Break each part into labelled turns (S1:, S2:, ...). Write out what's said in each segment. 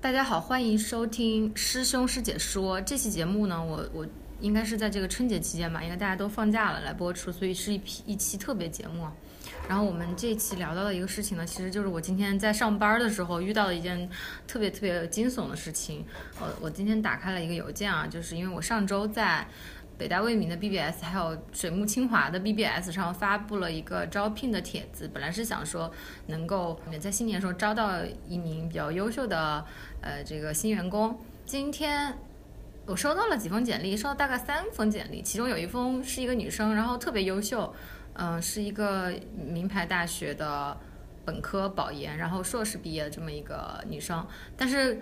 S1: 大家好，欢迎收听《师兄师姐说》这期节目呢，我我应该是在这个春节期间吧，应该大家都放假了来播出，所以是一批一期特别节目啊。然后我们这一期聊到的一个事情呢，其实就是我今天在上班的时候遇到的一件特别特别惊悚的事情。呃，我今天打开了一个邮件啊，就是因为我上周在北大未名的 BBS 还有水木清华的 BBS 上发布了一个招聘的帖子，本来是想说能够在新年的时候招到一名比较优秀的呃这个新员工。今天我收到了几封简历，收到大概三封简历，其中有一封是一个女生，然后特别优秀，嗯、是一个名牌大学的本科保研，然后硕士毕业的这么一个女生，但是。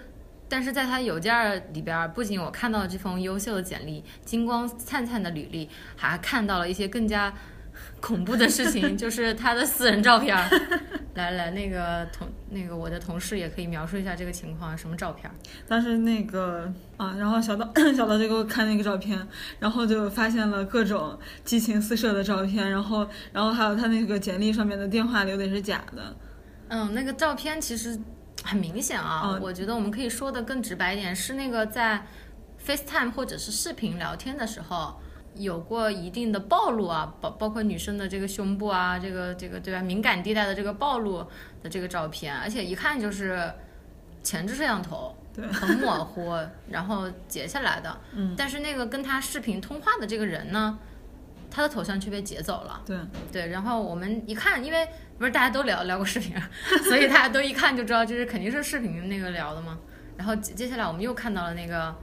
S1: 但是在她邮件里边儿，不仅我看到了这封优秀的简历、金光灿灿的履历，还看到了一些更加 恐怖的事情，就是她的私人照片儿。 来来，那个同那个我的同事也可以描述一下这个情况，什么照片儿？
S2: 当时那个啊，然后小岛 小岛就给我看那个照片，然后就发现了各种激情四射的照片，然后然后还有他那个简历上面的电话留的也是假的，
S1: 嗯，那个照片其实很明显啊，
S2: 嗯
S1: 我觉得我们可以说的更直白一点，是那个在 FaceTime 或者是视频聊天的时候。有过一定的暴露啊，包包括女生的这个胸部啊，这个这个对吧，敏感地带的这个暴露的这个照片，而且一看就是前置摄像头，
S2: 对
S1: 很模糊，然后截下来的。
S2: 嗯，
S1: 但是那个跟他视频通话的这个人呢，他的头像却被截走了。
S2: 对，
S1: 对，然后我们一看，因为不是大家都聊聊过视频，啊 所以大家都一看就知道，就是肯定是视频那个聊的嘛。然后接接下来我们又看到了那个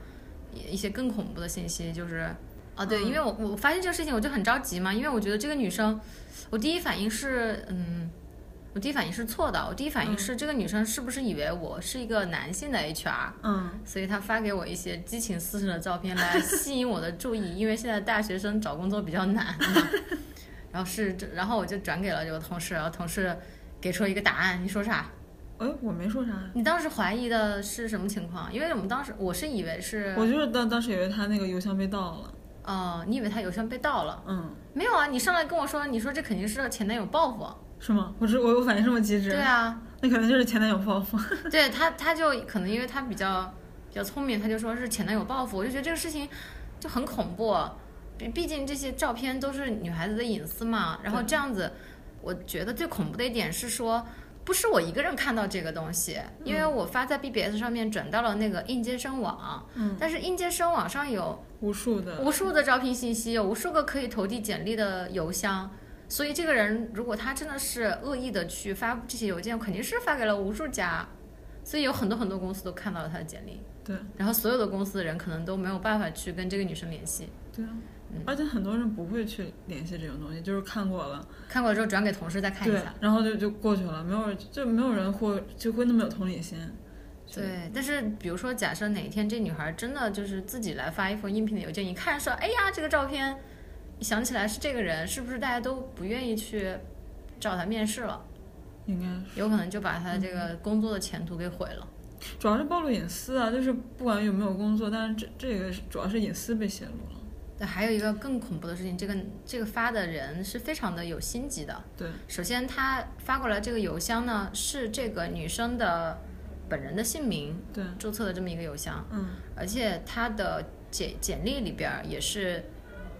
S1: 一一些更恐怖的信息，就是啊，对，因为我我发现这个事情我就很着急嘛，因为我觉得这个女生，我第一反应是嗯。我第一反应是错的，我第一反应是这个女生是不是以为我是一个男性的 HR，、
S2: 嗯，
S1: 所以她发给我一些激情四射的照片 来吸引我的注意，因为现在大学生找工作比较难嘛。然后是这，然后我就转给了这个同事，然后同事给出了一个答案。你说啥？
S2: 哎，我没说啥呀，
S1: 你当时怀疑的是什么情况？因为我们当时我是以为是，
S2: 我就是当当时以为他那个邮箱被盗了，
S1: 呃，你以为他邮箱被盗了？
S2: 嗯，
S1: 没有啊，你上来跟我说，你说这肯定是前男友报复。啊
S2: 是吗？我是我我反应这么机智，
S1: 对啊，
S2: 那可能就是前男友报 复，
S1: 对他，他就可能因为他比较比较聪明，他就说是前男友报复，我就觉得这个事情就很恐怖，毕毕竟这些照片都是女孩子的隐私嘛。然后
S2: 对
S1: 这样子，我觉得最恐怖的一点是说，不是我一个人看到这个东西，因
S2: 嗯
S1: 为我发在 BBS 上面转到了那个应届生网，
S2: 嗯，
S1: 但是应届生网上有
S2: 无数的，
S1: 无数的招聘信息，有无数个可以投递简历的邮箱。所以这个人如果他真的是恶意的去发这些邮件，肯定是发给了无数家，所以有很多很多公司都看到了他的简历，
S2: 对
S1: 然后所有的公司的人可能都没有办法去跟这个女生联系。
S2: 对啊
S1: 嗯，
S2: 而且很多人不会去联系这种东西，就是看过了。
S1: 看过之后转给同事再看一
S2: 对
S1: 下。，
S2: 然后就就过去了，没有就没有人会就会那么有同理心。是
S1: 对，但是比如说，假设哪一天这女孩真的就是自己来发一封应聘的邮件，一看说，哎呀，这个照片，一想起来是这个人，是不是大家都不愿意去找他面试了？
S2: 应该
S1: 有可能就把他这个工作的前途给毁了。
S2: 是主要是暴露隐私啊，就是不管有没有工作，但是这这个是主要是隐私被泄露了。
S1: 对，还有一个更恐怖的事情，这个这个发的人是非常的有心机的。
S2: 对，
S1: 首先，他发过来这个邮箱呢，是这个女生的本人的姓名
S2: 对，
S1: 注册的这么一个邮箱，
S2: 嗯，
S1: 而且他的简简历里边儿也是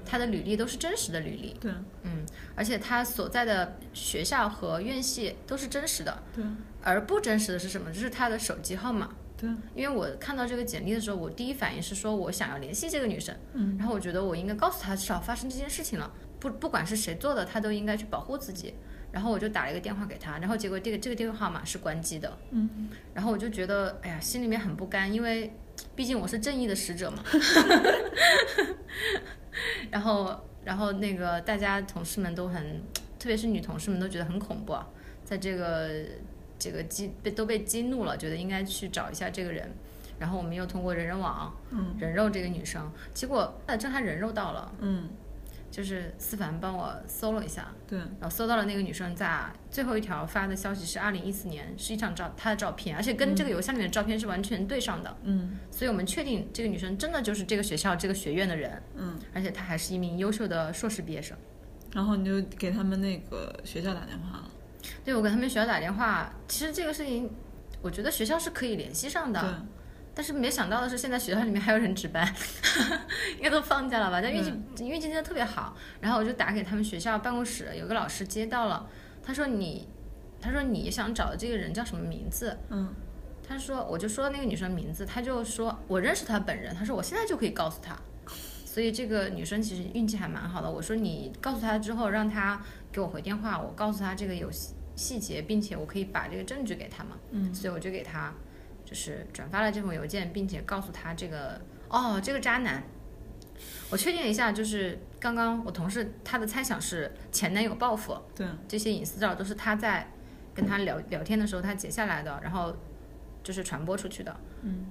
S1: 他的履历都是真实的履历，
S2: 对，
S1: 嗯，而且他所在的学校和院系都是真实的，
S2: 对，
S1: 而不真实的是什么？就是他的手机号码。
S2: 对，
S1: 因为我看到这个简历的时候，我第一反应是说我想要联系这个女生，
S2: 嗯，
S1: 然后我觉得我应该告诉她，至少发生这件事情了，不不管是谁做的，她都应该去保护自己。然后我就打了一个电话给她，然后结果这个这个电话号码是关机的，
S2: 嗯，
S1: 然后我就觉得哎呀，心里面很不甘，因为毕竟我是正义的使者嘛。然后然后那个大家同事们都很，特别是女同事们都觉得很恐怖啊，在这个这个激被都被激怒了，觉得应该去找一下这个人。然后我们又通过人人网，
S2: 嗯，
S1: 人肉这个女生，结果呃，正还人肉到了，
S2: 嗯，
S1: 就是思凡帮我搜了一下，
S2: 对，
S1: 然后搜到了那个女生在最后一条发的消息是二零一四年，是一张照她的照片，而且跟这个邮箱里面的照片是完全对上的，
S2: 嗯
S1: 所以我们确定这个女生真的就是这个学校这个学院的人，
S2: 嗯，
S1: 而且她还是一名优秀的硕士毕业生。
S2: 然后你就给他们那个学校打电话了，
S1: 对我给他们学校打电话，其实这个事情，我觉得学校是可以联系上的，
S2: 对，
S1: 但是没想到的是，现在学校里面还有人值班， 应该都放假了吧？但运气、
S2: 嗯
S1: 运气真的特别好，然后我就打给他们学校办公室，有个老师接到了，他说你，他说你想找的这个人叫什么名字？
S2: 嗯
S1: 他说我就说那个女生名字，他就说我认识她本人，他说我现在就可以告诉她。所以这个女生其实运气还蛮好的。我说你告诉她之后，让她给我回电话，我告诉她这个有细细节，并且我可以把这个证据给她嘛。
S2: 嗯
S1: 所以我就给他就是转发了这封邮件，并且告诉他这个哦，这个渣男。我确定了一下，就是刚刚我同事他的猜想是前男友报复，
S2: 对，
S1: 这些隐私照都是他在跟他聊聊天的时候他截下来的，然后就是传播出去的。
S2: 嗯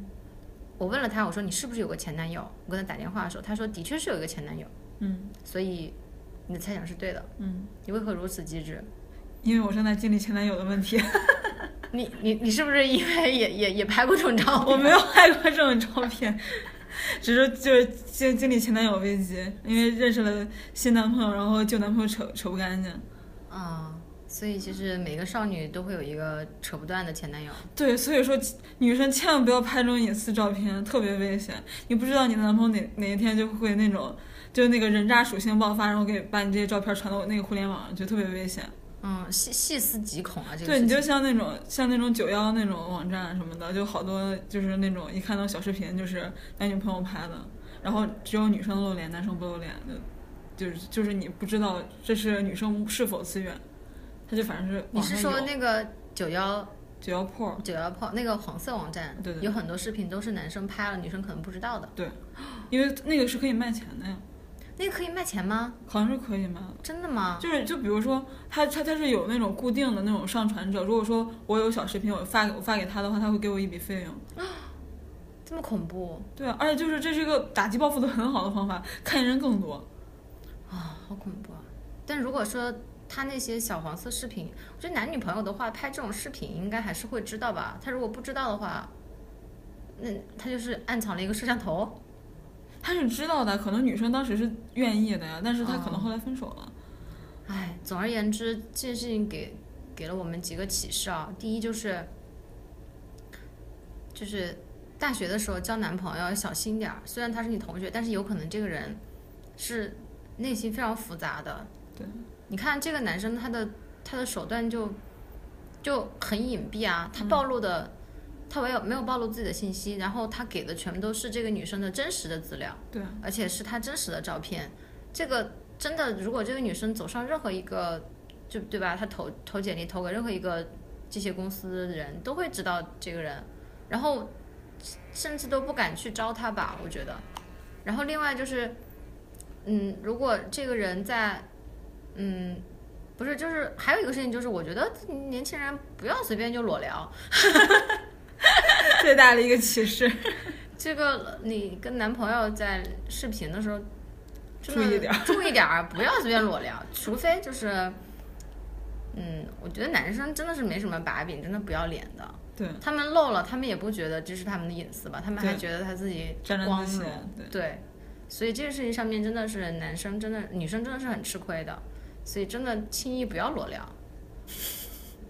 S1: 我问了他，我说你是不是有个前男友？我跟他打电话的时候，他说的确是有一个前男友，
S2: 嗯
S1: 所以你的猜想是对的。
S2: 嗯，
S1: 你为何如此机智？
S2: 因为我正在经历前男友的问题，
S1: 你你你是不是因为也也也拍过这种照片？
S2: 我没有拍过这种照片，只是就是经经历前男友危机，因为认识了新男朋友，然后旧男朋友扯扯不干净。
S1: 啊、所以其实每个少女都会有一个扯不断的前男友。
S2: 对，所以说女生千万不要拍这种隐私照片，特别危险。你不知道你的男朋友哪哪一天就会那种，就是那个人渣属性爆发，然后给把你这些照片传到那个互联网上，就特别危险。
S1: 嗯，细细思极恐啊，这个
S2: 对，
S1: 事
S2: 你
S1: 情。
S2: 就像那种像那种九幺那种网站什么的，就好多就是那种一看到小视频就是男女朋友拍的，然后只有女生露脸，男生不露脸的，就是就是你不知道这是女生是否自愿，他就反正是
S1: 你是说那个九幺
S2: 九幺破？
S1: 九幺炮那个黄色网站，
S2: 对对对
S1: 有很多视频都是男生拍了，女生可能不知道的。
S2: 对，因为那个是可以卖钱的呀，
S1: 那个可以卖钱吗？
S2: 好像是可以卖的。
S1: 真的吗？
S2: 就是就比如说，他他他是有那种固定的那种上传者。如果说我有小视频，我发我发给他的话，他会给我一笔费用。
S1: 这么恐怖
S2: 对啊，而且就是这是一个打击报复的很好的方法，看人更多。
S1: 啊、好恐怖啊！但如果说他那些小黄色视频，我觉得男女朋友的话，拍这种视频应该还是会知道吧？他如果不知道的话，那他就是暗藏了一个摄像头。
S2: 他是知道的，可能女生当时是愿意的呀，但是他可
S1: 哦
S2: 能后来分手了。
S1: 唉，总而言之，这件事情给给了我们几个启示啊。第一就是，就是大学的时候交男朋友要小心点儿，虽然他是你同学，但是有可能这个人是内心非常复杂的。
S2: 对，
S1: 你看这个男生他的他的手段就就很隐蔽啊，他暴露的、他没有没有暴露自己的信息，然后他给的全部都是这个女生的真实的资料。
S2: 对啊，
S1: 而且是她真实的照片。这个真的，如果这个女生走上任何一个，就对吧？她投投简历投给任何一个这些公司的人都会知道这个人，然后甚甚至都不敢去招她吧，我觉得。然后另外就是，嗯，如果这个人在，嗯。不是，就是还有一个事情，就是我觉得年轻人不要随便就裸聊，
S2: 最大的一个启示，
S1: 这个你跟男朋友在视频的时候，真的
S2: 注意点，
S1: 注意点儿，不要随便裸聊，除非就是，嗯，我觉得男生真的是没什么把柄，真的不要脸的。
S2: 对，
S1: 他们露了，他们也不觉得这是他们的隐私吧，他们还
S2: 对
S1: 觉得他自己
S2: 沾
S1: 光
S2: 沾自喜
S1: 荣。。
S2: 对，
S1: 对，所以这个事情上面真的是男生真的女生真的是很吃亏的，所以真的轻易不要裸聊。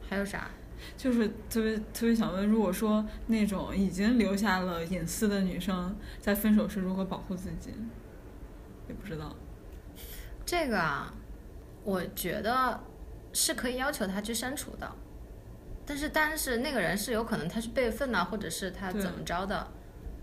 S1: 还有啥？
S2: 就是特别特别想问，如果说那种已经留下了隐私的女生，在分手时如何保护自己，也不知道。
S1: 这个啊，我觉得是可以要求他去删除的，但是但是那个人是有可能他是备份呐、或者是他
S2: 对
S1: 怎么着的，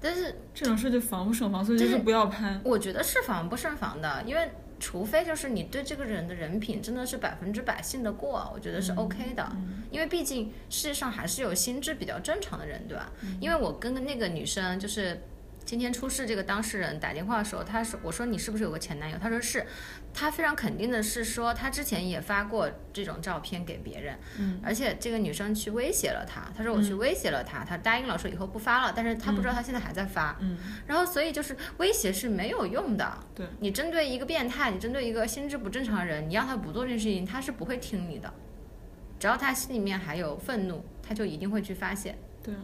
S1: 但是
S2: 这种事就防不胜防，所以就
S1: 就是是
S2: 不要拍。
S1: 我觉得是防不胜防的，因为除非就是你对这个人的人品真的是百分之百信得过，我觉得是 OK 的，因为毕竟世界上还是有心智比较正常的人，对吧？因为我跟那个女生就是今天出事这个当事人打电话的时候，他说：“我说你是不是有个前男友？”他说是，他非常肯定的是说他之前也发过这种照片给别人，
S2: 嗯，
S1: 而且这个女生去威胁了他，他说我去威胁了他，他答应了说以后不发了，但是他不知道他现在还在发，
S2: 嗯，
S1: 然后所以就是威胁是没有用的，
S2: 对，
S1: 你针对一个变态，你针对一个心智不正常的人，你让他不做这件事情，他是不会听你的，只要他心里面还有愤怒，他就一定会去发泄。
S2: 对，啊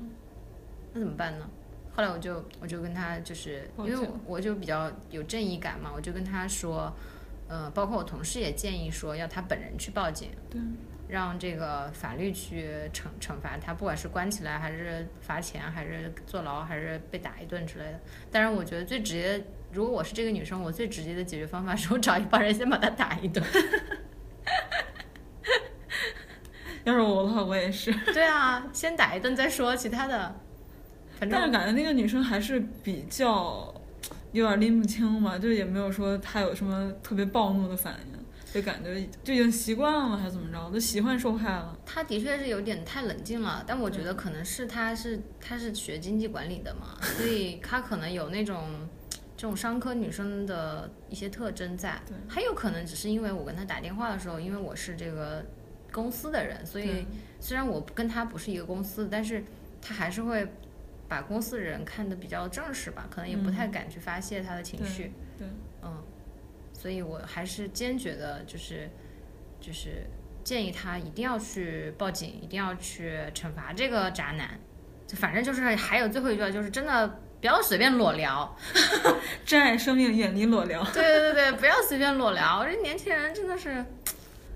S1: 那怎么办呢？后来我就我就跟他就是，因
S2: 抱歉
S1: 为我我就比较有正义感嘛，我就跟他说，呃，包括我同事也建议说要他本人去报警，
S2: 对，
S1: 让这个法律去惩惩罚他，不管是关起来还是罚钱，还是坐牢，还是被打一顿之类的。但是我觉得最直接，如果我是这个女生，我最直接的解决方法是我找一帮人先把他打一顿。
S2: 要是我的话，我也是。
S1: 对啊，先打一顿再说其他的，反
S2: 但是
S1: 正
S2: 感觉那个女生还是比较有点拎不清吧，就也没有说她有什么特别暴怒的反应，就感觉就已经习惯了还是怎么着，就习惯受害了。
S1: 他的确是有点太冷静了，但我觉得可能是他是他是学经济管理的嘛，所以他可能有那种这种商科女生的一些特征在
S2: 对。
S1: 还有可能只是因为我跟他打电话的时候，因为我是这个公司的人，所以
S2: 对
S1: 虽然我跟他不是一个公司，但是他还是会把公司的人看得比较正式吧，可能也不太敢去发泄他的情绪。
S2: 嗯对对
S1: 嗯，所以我还是坚决的，就是就是建议他一定要去报警，一定要去惩罚这个渣男。就反正就是还有最后一句话，就是真的不要随便裸聊。
S2: 珍爱生命，远离裸聊。
S1: 对对对对，不要随便裸聊。这年轻人真的是，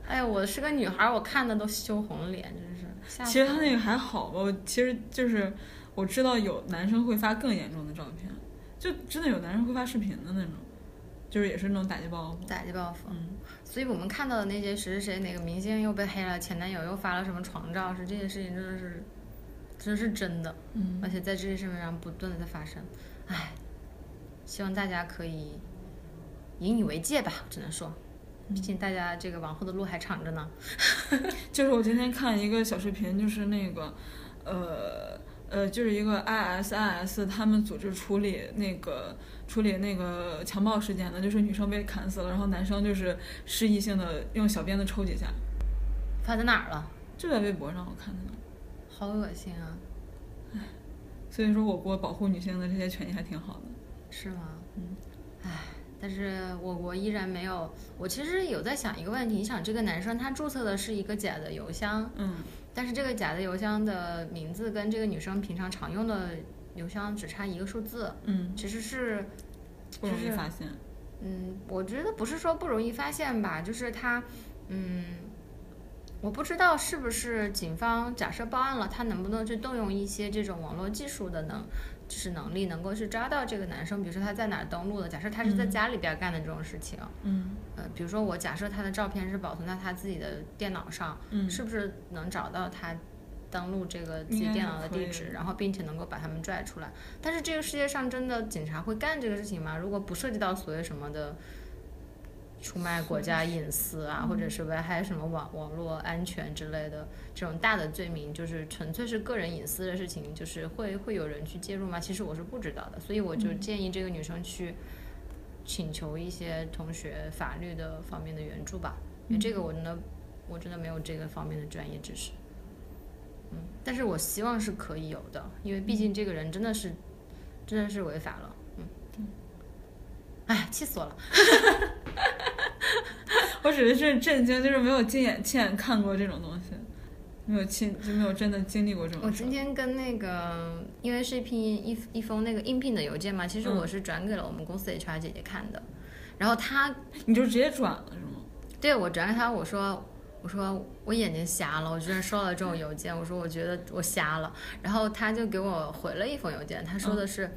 S1: 哎呀，我是个女孩，我看的都羞红脸，真是吓死
S2: 其实她
S1: 了
S2: 那个还好吧，我其实就是我知道有男生会发更严重的照片，就真的有男生会发视频的那种，就是也是那种打击报复。
S1: 打击报复。
S2: 嗯，
S1: 所以我们看到的那些谁谁谁哪个明星又被黑了，前男友又发了什么床照，是这些事情真的是，真是真的，
S2: 嗯
S1: 而且在这些社会上不断的在发生，唉，希望大家可以引以为戒吧，只能说，
S2: 嗯
S1: 毕竟大家这个往后的路还长着呢。
S2: 就是我今天看一个小视频，就是那个，呃呃，就是一个 ISIS 他们组织处理那个处理那个强暴事件的，就是女生被砍死了，然后男生就是示意性的用小鞭子抽几下，
S1: 发在哪儿了？
S2: 就在微博上我看到的。
S1: 好恶心啊，
S2: 所以说，我国保护女性的这些权益还挺好的。
S1: 是吗？
S2: 嗯，
S1: 唉，但是我国依然没有，我其实有在想一个问题，你想这个男生他注册的是一个假的邮箱。
S2: 嗯，
S1: 但是这个假的邮箱的名字跟这个女生平常常用的邮箱只差一个数字，
S2: 嗯，
S1: 其实是，
S2: 不容易
S1: 就是
S2: 发现。
S1: 嗯，我觉得不是说不容易发现吧，就是他，嗯，我不知道是不是警方假设报案了，他能不能去动用一些这种网络技术的能。就是能力能够去抓到这个男生，比如说他在哪儿登录的，假设他是在
S2: 嗯
S1: 家里边干的这种事情，
S2: 嗯
S1: 呃，比如说我假设他的照片是保存在他自己的电脑上，
S2: 嗯，
S1: 是不是能找到他登录这个自己
S2: 应该
S1: 电
S2: 是
S1: 脑的
S2: 可
S1: 地
S2: 以
S1: 址，
S2: 的
S1: 然后并且能够把他们拽出来？但是这个世界上真的警察会干这个事情吗？如果不涉及到所谓什么的出卖国家
S2: 嗯
S1: 隐私啊，或者是危害什么网网络安全之类的这种大的罪名，就是纯粹是个人隐私的事情，就是会会有人去介入吗？其实我是不知道的，所以我就
S2: 嗯
S1: 建议这个女生去请求一些同学法律的方面的援助吧，因为这
S2: 嗯
S1: 个我真的我真的没有这个方面的专业知识。嗯，但是我希望是可以有的，因为毕竟这个人真的是，真的是违法了。嗯，哎，气死我了！
S2: 我只是震惊，就是没有亲眼亲眼看过这种东西，没有亲就没有真的经历过这
S1: 我
S2: 种事
S1: 今。天跟那个，因为是一篇一一封那个应聘的邮件嘛，其实
S2: 嗯
S1: 我是转给了我们公司 HR 姐姐看的，然后她
S2: 你就直接转了是吗？
S1: 对我转给她，我说。我说我眼睛瞎了，我居然收到了这种邮件。我说我觉得我瞎了，然后她就给我回了一封邮件，她说的是，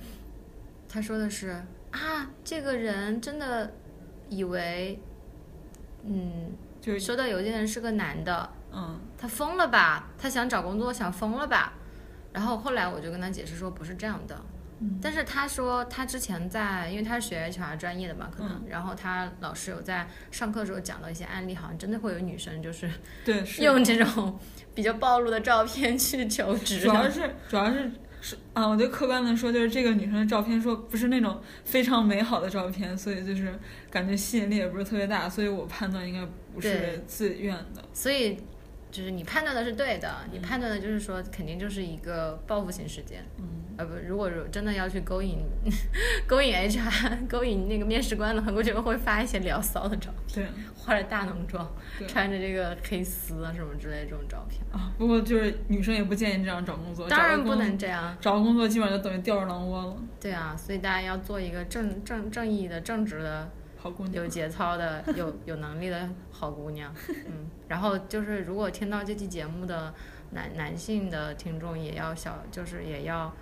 S1: 她说的是啊，这个人真的以为，嗯，
S2: 就是
S1: 收到邮件的人是个男的，
S2: 嗯。
S1: 他疯了吧？他想找工作想疯了吧？然后后来我就跟他解释说不是这样的，
S2: 嗯
S1: 但是他说他之前在，因为他是学 HR 专业的嘛，可能，然后他老师有在上课的时候讲到一些案例，好像真的会有女生就是
S2: 对，是
S1: 用这种比较暴露的照片去求职啊
S2: 主要是主要是是啊，我就客观的说，就是这个女生的照片，说不是那种非常美好的照片，所以就是感觉吸引力也不是特别大，所以我判断应该不
S1: 对
S2: 是自愿的。
S1: 所以就是你判断的是对的，你判断的就是说肯定就是一个报复性事件。
S2: 嗯，
S1: 呃不，如果真的要去勾引 勾引 HR、勾 引那个面试官的话，我觉得会发一些聊骚的照片，
S2: 对
S1: 化着大浓妆，
S2: 对
S1: 穿着这个黑丝啊什么之类的这种照片。
S2: 啊，不过就是女生也不建议这样找工作，
S1: 当
S2: 找
S1: 然
S2: 个
S1: 不
S2: 工
S1: 能这样，
S2: 找个工作，基本上就等于吊儿郎窝了。
S1: 对啊，所以大家要做一个正正正义的、正直的、
S2: 好姑娘
S1: 有，节操的、有有能力的好姑 娘。嗯，然后就是如果听到这期节目的男男性的听众，也要小，就是也要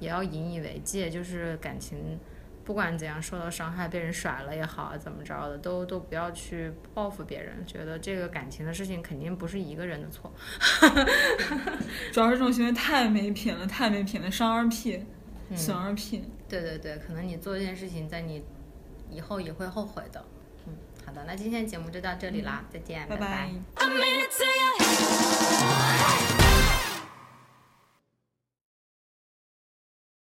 S1: 也要引以为戒，就是感情不管怎样受到伤害，被人甩了也好，啊怎么着的，都都不要去报复别人，觉得这个感情的事情肯定不是一个人的错。
S2: 主要是这种行为太没品了，太没品了，伤而屁，
S1: 嗯
S2: 损而屁。
S1: 对对对，可能你做这件事情，在你以后也会后悔的。嗯，好的，那今天节目就到这里啦，再见，
S2: 嗯拜
S1: 拜
S2: 拜。
S3: I made it to your head.